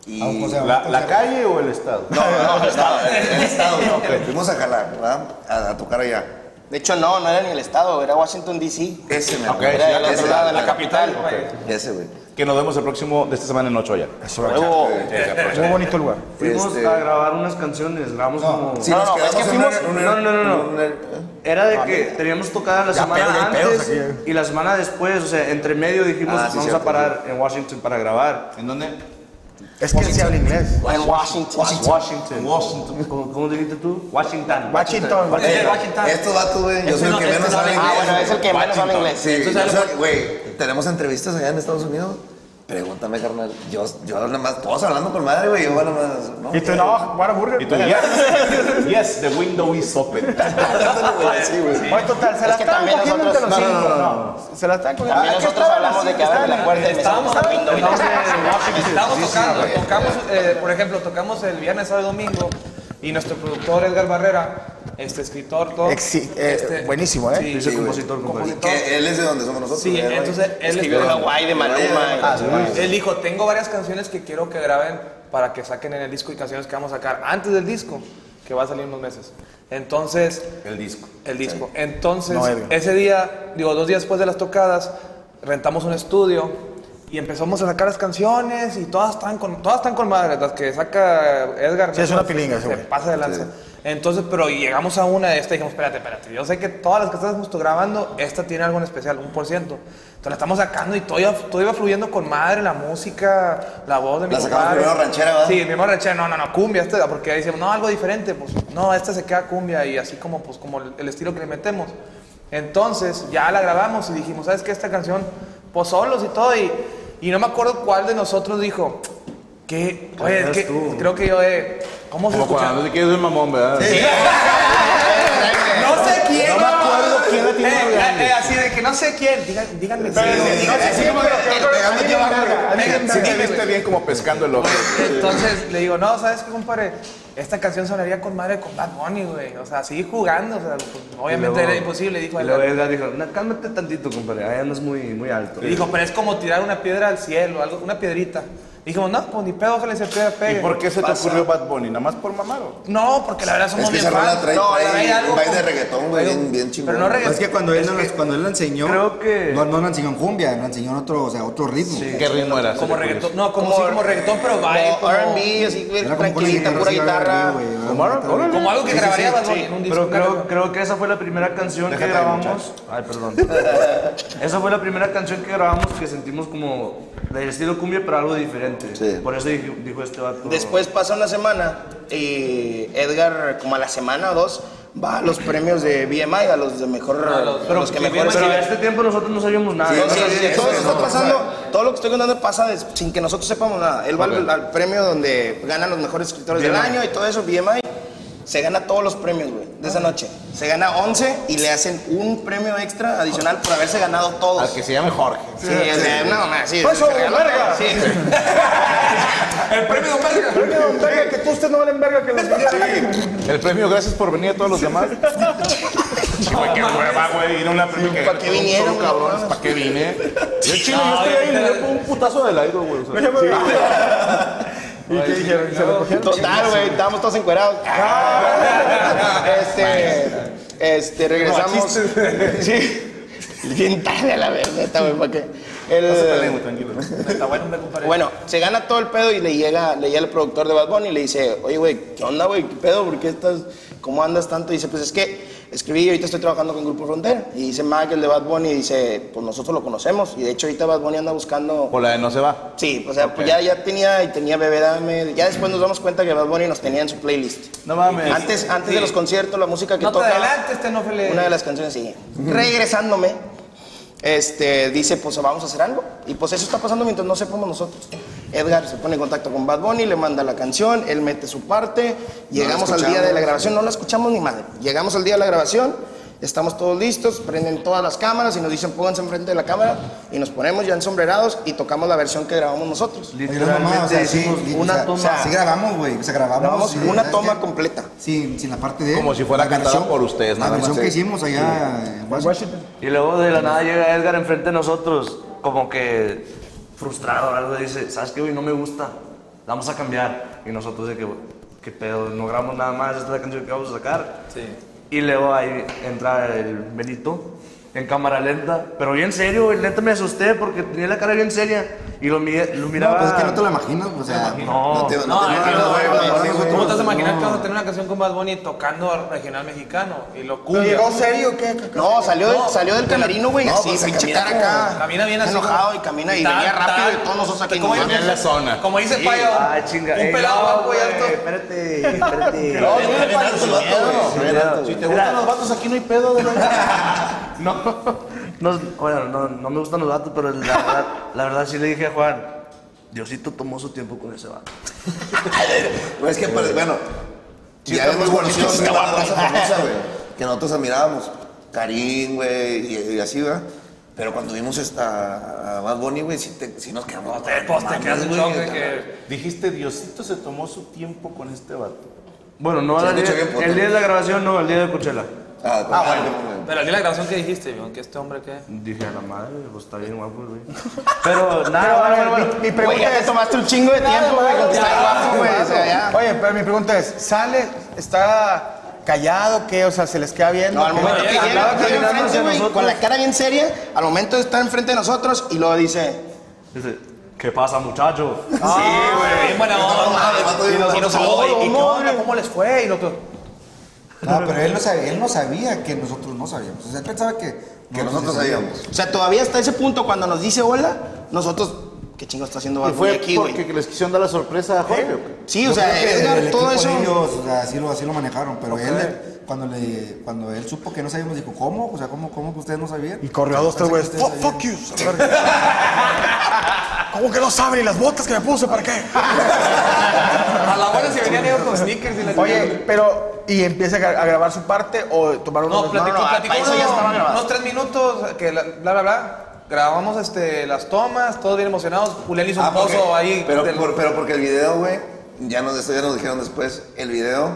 Speaker 7: Y
Speaker 2: Ah,
Speaker 3: ¿La, la calle o el estado?
Speaker 5: No, no, no, estaba, el estado, no.
Speaker 7: fuimos a jalar, ¿verdad? A, a tocar allá.
Speaker 5: De hecho, no, no era ni el estado, era Washington D.C.
Speaker 7: Ese, me
Speaker 3: Ok,
Speaker 5: Era
Speaker 3: ya
Speaker 5: del otro
Speaker 3: ese,
Speaker 5: lado,
Speaker 3: la-
Speaker 5: de la capital.
Speaker 7: Ese, güey.
Speaker 3: Que nos vemos el próximo de esta semana en Ochoa ya.
Speaker 5: Luego, pues.
Speaker 2: Muy bonito el lugar.
Speaker 4: Fuimos
Speaker 7: Este-
Speaker 4: a grabar unas canciones, grabamos como...
Speaker 7: Sí,
Speaker 5: No,
Speaker 7: nos
Speaker 5: no,
Speaker 7: quedamos
Speaker 5: es que
Speaker 7: en una-
Speaker 5: fuimos-
Speaker 7: en
Speaker 4: No,
Speaker 7: una-
Speaker 4: no, no, no.
Speaker 7: en una-
Speaker 4: Era de que teníamos tocada la semana
Speaker 2: pedo, ya hay pedos
Speaker 4: antes y la semana después, o sea, entre medio dijimos,
Speaker 7: Ah, sí,
Speaker 4: vamos
Speaker 7: cierto,
Speaker 4: a parar en Washington para grabar.
Speaker 3: ¿En dónde?
Speaker 2: Es que él se habla inglés.
Speaker 5: en Washington.
Speaker 4: Washington. Washington. ¿Cómo, cómo dijiste tú? Washington.
Speaker 2: Washington.
Speaker 7: Eh,
Speaker 4: Washington.
Speaker 7: Estos vatos, güey, yo soy el que menos habla
Speaker 5: Ah,
Speaker 7: inglés.
Speaker 5: bueno, es el que menos habla
Speaker 7: güey.
Speaker 5: inglés.
Speaker 7: Sí, yo soy- güey, tenemos entrevistas allá en Estados Unidos. Pregúntame, carnal. Yo, yo nada más, todos hablando con madre, güey. Yo nada más. No,
Speaker 2: Y tú, no, Whataburger.
Speaker 3: Y tú, yes, yes, the window is open.
Speaker 7: güey, sí, güey.
Speaker 2: Oye, total, se la
Speaker 5: que
Speaker 2: estaban
Speaker 5: también
Speaker 2: cogiendo entre
Speaker 5: nosotros-
Speaker 2: los cinco. No, se la estaban cogiendo.
Speaker 5: También
Speaker 2: ¿A qué
Speaker 5: nosotros
Speaker 2: estaban
Speaker 5: hablamos
Speaker 2: así?
Speaker 5: de que abren la
Speaker 2: Estaban-
Speaker 5: puerta y me
Speaker 6: Estábamos
Speaker 5: sacan
Speaker 6: hablando
Speaker 5: la
Speaker 6: de
Speaker 5: window.
Speaker 6: Washington. Estábamos tocando. Tocamos, eh, por ejemplo, tocamos el viernes, sábado y domingo. Y nuestro productor Edgar Barrera, este escritor, todo. Este,
Speaker 2: Exi- eh, buenísimo, ¿eh?
Speaker 4: Dice compositor, compador.
Speaker 7: Que él es de donde somos nosotros.
Speaker 6: Sí,
Speaker 7: ¿verdad, güey?
Speaker 6: entonces él
Speaker 5: Escribió de Hawái, de Maluma.
Speaker 6: Él dijo, tengo varias canciones que quiero que graben para que saquen en el disco y canciones que vamos a sacar antes del disco, que va a salir en unos meses. Entonces,
Speaker 3: El disco.
Speaker 6: el disco. Entonces,
Speaker 2: No, Edgar.
Speaker 6: ese día, digo, dos días después de las tocadas, rentamos un estudio Y empezamos a sacar las canciones y todas están con, todas están con madre. Las que saca Edgar.
Speaker 2: Sí, es una
Speaker 6: neta,
Speaker 2: pilinga ese
Speaker 6: Se
Speaker 2: güey.
Speaker 6: pasa de lanza. Entonces, pero llegamos a una de estas y dijimos, espérate, espérate. Yo sé que todas las que estamos grabando, esta tiene algo en especial, un por ciento. Entonces la estamos sacando y todo iba, todo iba fluyendo con madre, la música, la voz de mi
Speaker 7: La sacamos
Speaker 6: compadre.
Speaker 7: primero ranchera, ¿verdad?
Speaker 6: Sí, primero ranchera, no, no, no, cumbia, esta, porque decíamos, no, algo diferente, pues no, esta se queda cumbia y así como, pues, como el, el estilo que le metemos. Entonces ya la grabamos y dijimos, ¿sabes qué? Esta canción, pues solos y todo, y, y no me acuerdo cuál de nosotros dijo, que,
Speaker 3: Pues,
Speaker 6: oye, que- creo que yo, eh, ¿cómo se
Speaker 3: Como
Speaker 6: escucha?
Speaker 3: cuando te quieres un mamón, ¿verdad?
Speaker 6: No sé quién.
Speaker 3: No me acuerdo quién la tiene
Speaker 6: Eh,
Speaker 3: más
Speaker 6: eh,
Speaker 3: grande.
Speaker 6: eh, así de que no sé quién. Diga- Díganme. quién. Alguien
Speaker 3: Si te
Speaker 6: dime,
Speaker 3: viste
Speaker 6: güey.
Speaker 3: bien como pescando el ojo.
Speaker 6: Entonces le digo, no, ¿sabes qué, compadre? Esta canción sonaría con madre con Bad Bunny, güey. O sea, seguí jugando. O sea, pues, obviamente
Speaker 4: luego-
Speaker 6: era imposible, dijo
Speaker 4: Y
Speaker 6: él.
Speaker 4: luego Edgar dijo, "No, cálmate tantito, compadre, allá no es muy, muy alto.
Speaker 6: Y dijo, pero es como tirar una piedra al cielo, algo, una piedrita. Dijimos, no, pues ni pedo, ojalá esa piedra
Speaker 3: ¿Y
Speaker 6: pegue.
Speaker 3: por qué se te ocurrió Bad Bunny? ¿Nada más por mamado?
Speaker 6: No, porque la verdad somos
Speaker 7: Es que
Speaker 6: bien
Speaker 7: esa rola
Speaker 6: fans.
Speaker 7: trae,
Speaker 6: No,
Speaker 7: trae
Speaker 6: hay algo
Speaker 7: un baile de
Speaker 6: con-
Speaker 7: reggaetón, güey, bien, bien chingón.
Speaker 6: Pero no
Speaker 9: Pues Es
Speaker 6: reggaetón.
Speaker 9: que cuando él, nos- cuando él la enseñó,
Speaker 4: Creo que-
Speaker 9: no, no la enseñó en cumbia, la enseñó en otro, o sea, otro ritmo.
Speaker 3: ¿Qué ritmo era?
Speaker 6: Como reggaetón, no, como, sí, como reggaetón, pero baile.
Speaker 5: Como R&B, así, güey,
Speaker 9: Era como
Speaker 5: tranquilita, pura guitarra.
Speaker 6: como, como algo que grabaría Bad Bunny en un disco.
Speaker 4: Pero
Speaker 6: una
Speaker 4: creo,
Speaker 6: canción.
Speaker 4: creo que esa fue la primera canción que
Speaker 3: Déjate,
Speaker 4: grabamos. Ay, perdón. esa fue la primera canción que grabamos que sentimos como del estilo cumbia, pero algo diferente.
Speaker 7: Sí.
Speaker 4: Por eso dijo, dijo este vato.
Speaker 5: Después pasa una semana y Edgar, como a la semana o dos, va a los premios de BMI, a los de mejor, a los, que mejor
Speaker 4: Pero a
Speaker 5: escriben.
Speaker 4: este tiempo nosotros no sabíamos nada.
Speaker 5: Sí,
Speaker 4: ¿no?
Speaker 5: sí, sí, todo eso
Speaker 7: eso,
Speaker 5: está
Speaker 7: no,
Speaker 5: pasando, todo lo que estoy contando pasa des- sin que nosotros sepamos nada. Él va al, al premio donde ganan los mejores escritores del año y todo eso, BMI. Se gana todos los premios, güey, de esa noche. Se gana 11 y le hacen un premio extra adicional por haberse ganado todos.
Speaker 3: Al que se llame Jorge.
Speaker 5: Sí, o sea, no, no, sí.
Speaker 1: Pues,
Speaker 5: se
Speaker 1: hombre,
Speaker 5: regaló
Speaker 1: verga.
Speaker 5: todo, sí.
Speaker 6: El premio de Verga.
Speaker 1: Verga, que tú usted no valen verga que los
Speaker 3: El premio, gracias por venir a todos los demás. Sí, güey, qué hueva, güey. Ir a una premio que.
Speaker 5: ¿para qué
Speaker 3: un
Speaker 5: vinieron,
Speaker 3: solo cabrones,
Speaker 5: güey?
Speaker 3: ¿para qué vine? Yo chino, yo estoy ahí y le pongo un putazo del aire, güey. o sea.
Speaker 1: ¿Y qué dijeron? ¿Se lo cogieron?
Speaker 5: Total, güey, estábamos todos encuerados. este, este, regresamos. Sí. Bien tarde a la verdad, güey, ¿para qué? El-
Speaker 6: Está bueno, me compadre.
Speaker 5: bueno, se gana todo el pedo y le llega, le llega el productor de Bad Bunny y le dice, oye, güey, ¿qué onda, güey? ¿Qué pedo? ¿Por qué estás, cómo andas tanto? Y dice, pues es que escribí y ahorita estoy trabajando con Grupo Frontera. Y dice Mike, el de Bad Bunny, y dice, pues nosotros lo conocemos. Y de hecho ahorita Bad Bunny anda buscando...
Speaker 3: O la de no se va.
Speaker 5: Sí, o sea, pues ya, ya tenía y tenía Bebé Dame. Ya después nos damos cuenta que Bad Bunny nos tenía en su playlist.
Speaker 3: No mames.
Speaker 5: Antes, antes de los conciertos, la música que
Speaker 6: No te
Speaker 5: toca.
Speaker 6: adelantes, este no fue
Speaker 5: Una de las canciones sigue. Regresándome, este, dice, pues vamos a hacer algo. Y pues eso está pasando mientras no sepamos nosotros. Edgar se pone en contacto con Bad Bunny, le manda la canción, él mete su parte, llegamos al día de la grabación, no la escuchamos ni madre. Llegamos al día de la grabación, estamos todos listos, prenden todas las cámaras y nos dicen pónganse enfrente de la cámara y nos ponemos ya ensombrerados y tocamos la versión que grabamos nosotros.
Speaker 9: Literalmente mamá, o sea, sí,
Speaker 4: hicimos
Speaker 9: li-
Speaker 4: una
Speaker 9: o sea,
Speaker 4: toma.
Speaker 9: sí grabamos, güey, o sea, grabamos.
Speaker 5: Grabamos
Speaker 9: sí,
Speaker 5: una
Speaker 9: ¿sabes
Speaker 5: toma
Speaker 9: qué?
Speaker 5: completa.
Speaker 9: Sin, sin la parte de...
Speaker 3: Como si fuera
Speaker 9: la
Speaker 3: cantada
Speaker 9: versión-
Speaker 3: por ustedes,
Speaker 9: La
Speaker 3: nada
Speaker 9: versión
Speaker 3: más,
Speaker 9: que
Speaker 3: sí.
Speaker 9: hicimos allá en Washington.
Speaker 4: Y luego de la nada llega Edgar enfrente de nosotros, como que frustrado, algo dice, ¿sabes qué, güey? No me gusta, la vamos a cambiar. Y nosotros de que, ¿qué pedo? No grabamos nada más, esta es la canción que vamos a sacar. Sí. Y luego ahí entra el Benito en cámara lenta, pero bien serio, güey, neta me asusté porque tenía la cara bien seria y lo, mi- lo miraba...
Speaker 9: Pues es que no te la imaginas, o sea...
Speaker 4: No.
Speaker 7: te-
Speaker 6: No,
Speaker 7: te-
Speaker 6: es que no,
Speaker 7: no,
Speaker 6: güey,
Speaker 7: no, no,
Speaker 6: güey,
Speaker 7: no,
Speaker 6: ¿Cómo te vas
Speaker 9: no.
Speaker 6: a imaginar que vas a tener una canción con Bad Bunny tocando regional mexicano? Y lo
Speaker 2: ¿Pero
Speaker 6: cumbia.
Speaker 2: llegó serio o qué?
Speaker 5: No, salió, del- salió del camerino, güey, así,
Speaker 7: pues, se
Speaker 5: pinche
Speaker 7: camina
Speaker 5: cara
Speaker 7: como-
Speaker 5: acá.
Speaker 6: Camina bien así.
Speaker 5: Enojado
Speaker 6: como-
Speaker 5: y camina y
Speaker 6: tal,
Speaker 5: venía rápido
Speaker 6: tal.
Speaker 5: y todos nosotros aquí.
Speaker 6: ¿Cómo
Speaker 5: no
Speaker 6: dices?
Speaker 5: mames.
Speaker 3: en la zona.
Speaker 6: Como dice Payo,
Speaker 4: Ah, chinga.
Speaker 6: un
Speaker 4: eh,
Speaker 6: pelado
Speaker 4: no,
Speaker 6: bajo y
Speaker 4: güey,
Speaker 6: alto.
Speaker 4: Espérate, espérate.
Speaker 7: no, no, no, no, no, no, no, no, no,
Speaker 3: Si te gustan los vatos, aquí no hay pedo, de verdad.
Speaker 4: No, no, bueno, no, no me gustan los datos, pero la verdad, la verdad sí le dije a Juan, Diosito tomó su tiempo con ese vato.
Speaker 7: Güey, es que, pues, bueno, ya
Speaker 3: está
Speaker 7: hemos
Speaker 3: muy bonito,
Speaker 7: conocido
Speaker 3: sí,
Speaker 7: a
Speaker 3: está
Speaker 7: la
Speaker 3: guapo.
Speaker 7: raza famosa, güey, que nosotros admirábamos. Karim, güey, y, y así, ¿verdad? Pero cuando vimos esta, a Bad Bunny, güey, sí, te- sí nos quedamos.
Speaker 6: Te- pues, te quedas en shock de que-
Speaker 3: Dijiste, Diosito se tomó su tiempo con este vato.
Speaker 4: Bueno, no,
Speaker 7: Se
Speaker 4: la- el,
Speaker 7: escucha bien, puto.
Speaker 4: día de la grabación, no, el día de Coachella.
Speaker 7: Ah, bueno.
Speaker 6: Pero al día de la grabación que dijiste, vio, que este hombre que.
Speaker 4: Dije, a la madre, pues está bien guapo, güey. Pero nada,
Speaker 2: Pero, a ver,
Speaker 4: bueno, bueno,
Speaker 2: mi, mi
Speaker 5: Güey,
Speaker 2: pregunta
Speaker 5: ya te
Speaker 2: es...
Speaker 5: tomaste un chingo de tiempo, güey, con estar guapo, güey. O sea, ya.
Speaker 2: Oye, pero mi pregunta es, ¿sale? ¿Está callado? ¿Qué? O sea, ¿se les queda viendo?
Speaker 5: No, al
Speaker 2: ¿Qué?
Speaker 5: momento que
Speaker 6: Andaba
Speaker 5: llega, llega
Speaker 4: caminando
Speaker 5: enfrente,
Speaker 4: hacia
Speaker 5: güey,
Speaker 4: nosotros.
Speaker 5: con la cara bien seria, al momento de estar enfrente de nosotros y luego dice,
Speaker 4: Dice, ¿qué pasa, muchacho?
Speaker 6: güey. Bien buena
Speaker 7: No
Speaker 6: onda.
Speaker 7: mames, vato, bien
Speaker 6: Y
Speaker 7: buena
Speaker 6: nos
Speaker 7: onda.
Speaker 6: habló, ¿y qué onda? ¿Cómo les fue? Y lo otro.
Speaker 9: No, pero él no, sabía, él no sabía que nosotros no sabíamos. O sea, él pensaba que,
Speaker 7: Que nosotros
Speaker 9: sí
Speaker 7: sabíamos.
Speaker 5: O sea, todavía hasta ese punto cuando nos dice hola, nosotros, ¿qué chingo está haciendo
Speaker 3: Y
Speaker 5: Bad Bunny
Speaker 3: fue
Speaker 5: aquí,
Speaker 3: porque
Speaker 5: güey?
Speaker 3: les quisieron dar la sorpresa a Jorge. ¿o qué?
Speaker 5: Sí, o
Speaker 9: Yo
Speaker 5: sea,
Speaker 9: creo que
Speaker 5: Edgar,
Speaker 9: el
Speaker 5: todo
Speaker 9: equipo
Speaker 5: eso.
Speaker 9: de ellos, o sea, así, lo, así lo manejaron, pero él, cuando, le, cuando él supo que no sabíamos, dijo, ¿cómo? O sea, ¿cómo, cómo que ustedes no sabían?
Speaker 2: Y corrió a dos, tres güeyes.
Speaker 9: Parece que
Speaker 2: Fuck,
Speaker 9: ustedes
Speaker 2: fuck you. a la verga. ¿Cómo que no saben? ¿Y las botas que me puse? ¿Para qué?
Speaker 6: A la buena se venían ellos con sneakers y les
Speaker 2: Oye, pero. ¿Y empieza a gra- a grabar su parte o tomar uno?
Speaker 6: No, platicó,
Speaker 5: no, no,
Speaker 6: platicó
Speaker 5: para eso ya
Speaker 6: uno-
Speaker 5: estaba grabado.
Speaker 6: unos tres minutos, que la- bla, bla, bla. Grabamos este, las tomas, todos bien emocionados. Julián hizo un
Speaker 7: Ah, porque-
Speaker 6: pozo ahí.
Speaker 7: Pero,
Speaker 6: del-
Speaker 7: por- pero porque el video, güey, ya nos, eso ya nos dijeron después, el video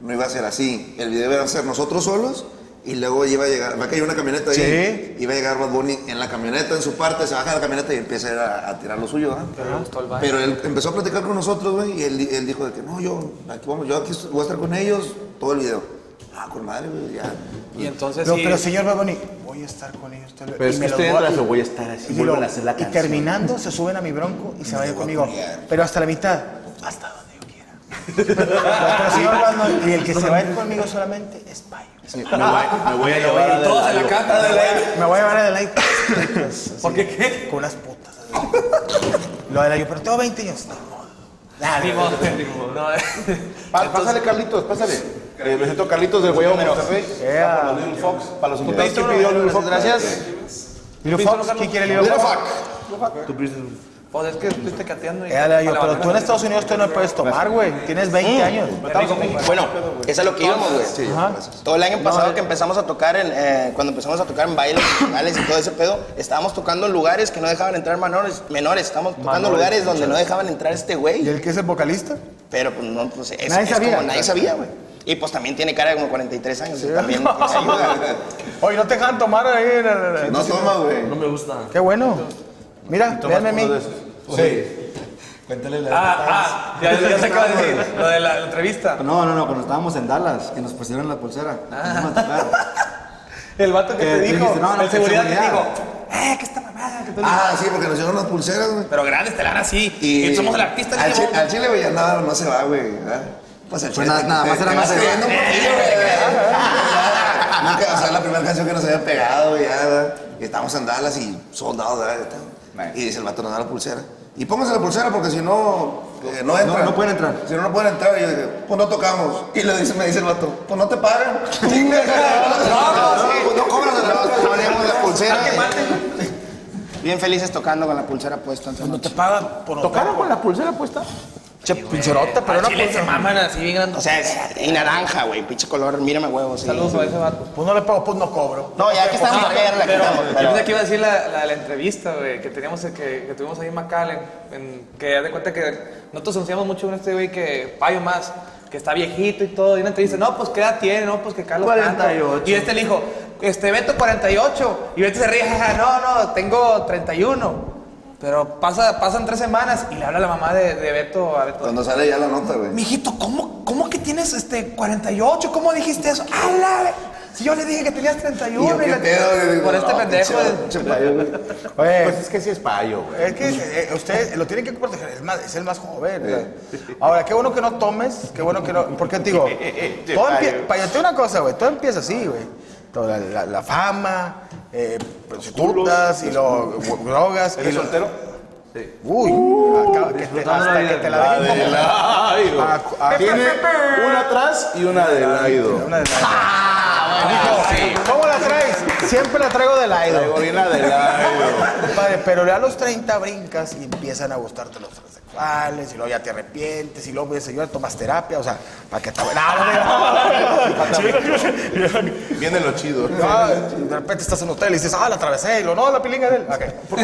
Speaker 7: no iba a ser así. El video iba a ser nosotros solos y luego iba a llegar, va a caer una camioneta ahí. Iba a llegar Bad Bunny en la camioneta, en su parte, se baja de la camioneta y empieza él a, a tirar lo suyo, ¿ah? Pero, él empezó a platicar con nosotros, güey, y él, di- él dijo de que no, yo aquí, vamos, yo aquí est- voy a estar con ellos todo el video. Ah, con madre, güey, ya.
Speaker 6: Y entonces
Speaker 2: Pero,
Speaker 6: sí,
Speaker 2: pero señor Baboni, voy a estar con ellos. tal vez.
Speaker 3: Pero es
Speaker 2: Y
Speaker 3: que
Speaker 2: me los
Speaker 3: estoy en
Speaker 2: voy a-
Speaker 3: raza, voy a estar así,
Speaker 2: y
Speaker 3: vuelvan
Speaker 2: lo-
Speaker 3: a hacer la canción.
Speaker 2: Y terminando, se suben a mi bronco y se van conmigo. Pero hasta la mitad. Hasta donde yo quiera. Pero, pero, señor Baboni, y el que se va a ir conmigo solamente es Payo.
Speaker 3: Me voy, me voy a llevar a
Speaker 6: todos en la cata de la-
Speaker 2: Me voy a llevar a Adelaide. Pues,
Speaker 6: ¿Por qué qué?
Speaker 2: Con unas putas. Lo de la yo, pero tengo 20 años. No, no. Nah,
Speaker 6: Ni
Speaker 2: no,
Speaker 6: modo, ni modo, no, eh.
Speaker 3: Pa- pásale, Carlitos, pásale. Eh, lo siento, Carlitos del Guayabo Monterrey.
Speaker 2: Yeah.
Speaker 3: Para los Little Fox, para los invitados
Speaker 2: pediste
Speaker 3: que
Speaker 2: uno,
Speaker 3: pidió
Speaker 2: ¿no?
Speaker 3: Little Fox.
Speaker 2: Gracias. Little Fox, ¿quién quiere Little Fox?
Speaker 6: Pues es que estuviste cateando. y-
Speaker 2: Eh, Adelaide, yo, pero
Speaker 6: Alabama.
Speaker 2: tú en Estados Unidos tú no puedes tomar, güey. Tienes 20 años.
Speaker 5: Bueno, eso es lo que íbamos, güey.
Speaker 2: Ajá.
Speaker 9: pues,
Speaker 2: eh.
Speaker 5: Todo el año pasado que empezamos a tocar, en, eh, cuando empezamos a tocar en bailes locales y todo ese pedo, estábamos tocando en lugares que no dejaban entrar menores, menores estábamos tocando en lugares donde no dejaban entrar este
Speaker 2: ¿Y
Speaker 5: güey.
Speaker 2: el que es el vocalista?
Speaker 5: Pero pues no, pues es,
Speaker 2: Nadie
Speaker 5: es
Speaker 2: sabía.
Speaker 5: como nadie sabía, güey. Y pues también tiene cara de como 43 años, y también pues, ayuda, güey.
Speaker 2: Oye, no te dejan tomar ahí. en el-
Speaker 7: No toma, güey.
Speaker 4: No me gusta.
Speaker 2: Qué bueno. Mira, véanme a mí.
Speaker 3: Sí.
Speaker 9: Cuéntale la
Speaker 6: Ah, ah, ya, ya se acaba de decir. Lo de la, la entrevista.
Speaker 9: No, no, no, cuando estábamos en Dallas, que nos pusieron la pulsera. nos íbamos a tocar.
Speaker 6: Ah. El vato que
Speaker 9: Que
Speaker 6: te
Speaker 9: te
Speaker 6: dijo,
Speaker 9: dijiste, no, no,
Speaker 6: el
Speaker 9: que
Speaker 6: seguridad que te dijo,
Speaker 9: seguridad.
Speaker 6: eh, que esta mamada, que tú le-
Speaker 7: Ah, sí, porque nos llevaron las pulseras, güey.
Speaker 6: Pero grandes te la dan así. Y, somos el artista
Speaker 7: al,
Speaker 6: que
Speaker 7: chile, al chile, güey, ya nada, no se va, güey. ¿verdad? Pues al chile.
Speaker 9: nada-
Speaker 7: te-
Speaker 9: nada
Speaker 7: te-
Speaker 9: más era
Speaker 7: te
Speaker 9: más
Speaker 7: vas
Speaker 9: de-
Speaker 7: creyendo un poquillo, güey. ¿verdad? Nunca, o sea, la primera canción que nos había pegado, güey, ya, ¿verdad? Y estábamos en Dallas y soldados, ¿verdad? Y dice el vato, nos da la pulsera. Y póngase la pulsera porque si no, eh, no entran.
Speaker 9: no pueden entrar.
Speaker 7: Si no, no pueden entrar. Y yo dije, pues no tocamos. Y le dice, me dice el vato, pues no te pagan. no, pues no cobran. No, ponemos la pulsera.
Speaker 5: Bien felices tocando con la pulsera puesta.
Speaker 2: No te pagan por
Speaker 3: ¿Tocaron con la pulsera puesta?
Speaker 2: Che, pincherota, pero no
Speaker 6: Chile
Speaker 2: pues,
Speaker 6: se maman así bien
Speaker 5: O
Speaker 6: grandes.
Speaker 5: sea, es, y naranja, güey, pinche color, mírame huevos. sí.
Speaker 6: Saludos a ese vato.
Speaker 2: pues no le pago, pues no cobro.
Speaker 5: No, ya que estamos acá, ya la
Speaker 6: Pero,
Speaker 5: quitamos.
Speaker 6: yo
Speaker 5: pero-
Speaker 6: pensé que iba a decir la, la, la entrevista, güey, que teníamos, eh, que, que tuvimos ahí en McAllen, en- que haz de cuenta que nosotros anunciamos mucho con este güey que Payo más, que está viejito y todo, y una entrevista, no, pues qué edad tiene, no, pues que Carlos tanto".
Speaker 4: 48.
Speaker 6: Y este le dijo, este Beto 48, y Beto se ríe, jaja, no, no, tengo 31. Pero pasa, pasan tres semanas y le habla la mamá de, de Beto a Beto.
Speaker 7: Cuando sale ya la nota, güey.
Speaker 6: Mijito, ¿cómo, ¿cómo que tienes este 48? ¿Cómo dijiste eso? ¡Ala! Si yo le dije que tenías 31.
Speaker 7: Y yo,
Speaker 6: y
Speaker 7: ¿qué
Speaker 6: la-
Speaker 7: pedo? güey?
Speaker 6: por
Speaker 7: No,
Speaker 6: este pendejo.
Speaker 7: pinche-
Speaker 6: de-
Speaker 7: pinche payo, güey.
Speaker 2: Oye,
Speaker 3: Pues es que sí es payo, güey.
Speaker 2: es que eh, usted lo tiene que proteger, es, más, es el más joven. ¿verdad? Ahora, qué bueno que no tomes, qué bueno que no. Porque te digo, todo empieza. una cosa, güey, todo empieza así, güey. Todo La, la- la fama, eh, prostitutas y lo, drogas. y
Speaker 3: ¿Eres
Speaker 2: lo-
Speaker 3: soltero?
Speaker 2: Uy, acaba- que te, hasta que te la dejen como- ah,
Speaker 3: Adelaido.
Speaker 2: A- a-
Speaker 3: Tiene una atrás y una adelaido.
Speaker 2: Una de las- Dijo, ¿Cómo la traes? Siempre la traigo del
Speaker 3: Traigo
Speaker 2: aire.
Speaker 3: bien adelaido.
Speaker 2: Compadre, pero ya a los 30 brincas y empiezan a gustarte los transexuales, y luego ya te arrepientes, y luego pues, señora, tomas terapia, o sea, para que te. No, no, no, no.
Speaker 3: Viene lo chido.
Speaker 2: Ah, de repente estás en un hotel y dices, ah, la atravesé, y lo no, la pilinga de él. Ok.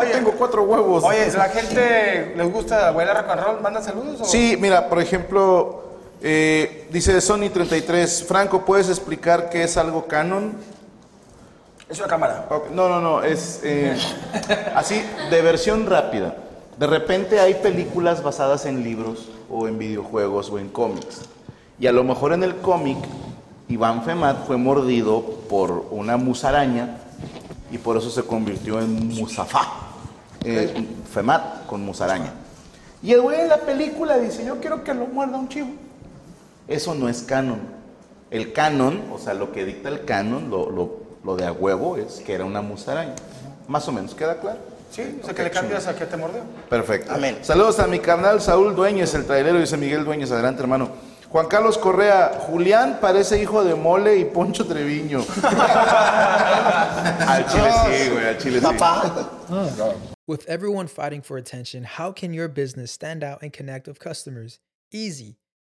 Speaker 3: Oye, tengo cuatro huevos.
Speaker 2: Oye, ¿la gente les gusta la abuela rock and roll? ¿Manda saludos? o-
Speaker 3: Sí, mira, por ejemplo, eh, dice Sony33, Franco, ¿puedes explicar qué es algo canon?
Speaker 2: Es una cámara.
Speaker 3: Ok, No, no, no, es eh, así, de versión rápida. De repente hay películas basadas en libros o en videojuegos o en cómics. Y a lo mejor en el cómic, Iván Femat fue mordido por una musaraña y por eso se convirtió en Musafá.
Speaker 1: eh, FEMAT con musaraña.
Speaker 10: Y el güey en la película dice, yo quiero que lo muerda un chivo.
Speaker 1: Eso no es canon. El canon, o sea, lo que dicta el canon, lo, lo- lo de a huevo es que era una musaraña. Más o menos, ¿queda claro?
Speaker 11: Sí, o sea, que le cambias a que te mordió.
Speaker 1: Perfecto.
Speaker 5: Amén.
Speaker 1: Saludos a mi carnal Saúl Dueñez, el trailero, dice Miguel Dueñez. Adelante, hermano. Juan Carlos Correa, Julián parece hijo de Mole y Poncho Treviño. al chile sí, güey, al chile sí.
Speaker 5: Papá.
Speaker 6: With everyone fighting for attention, how can your business stand out and connect with customers? Easy.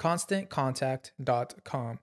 Speaker 6: ConstantContact.com.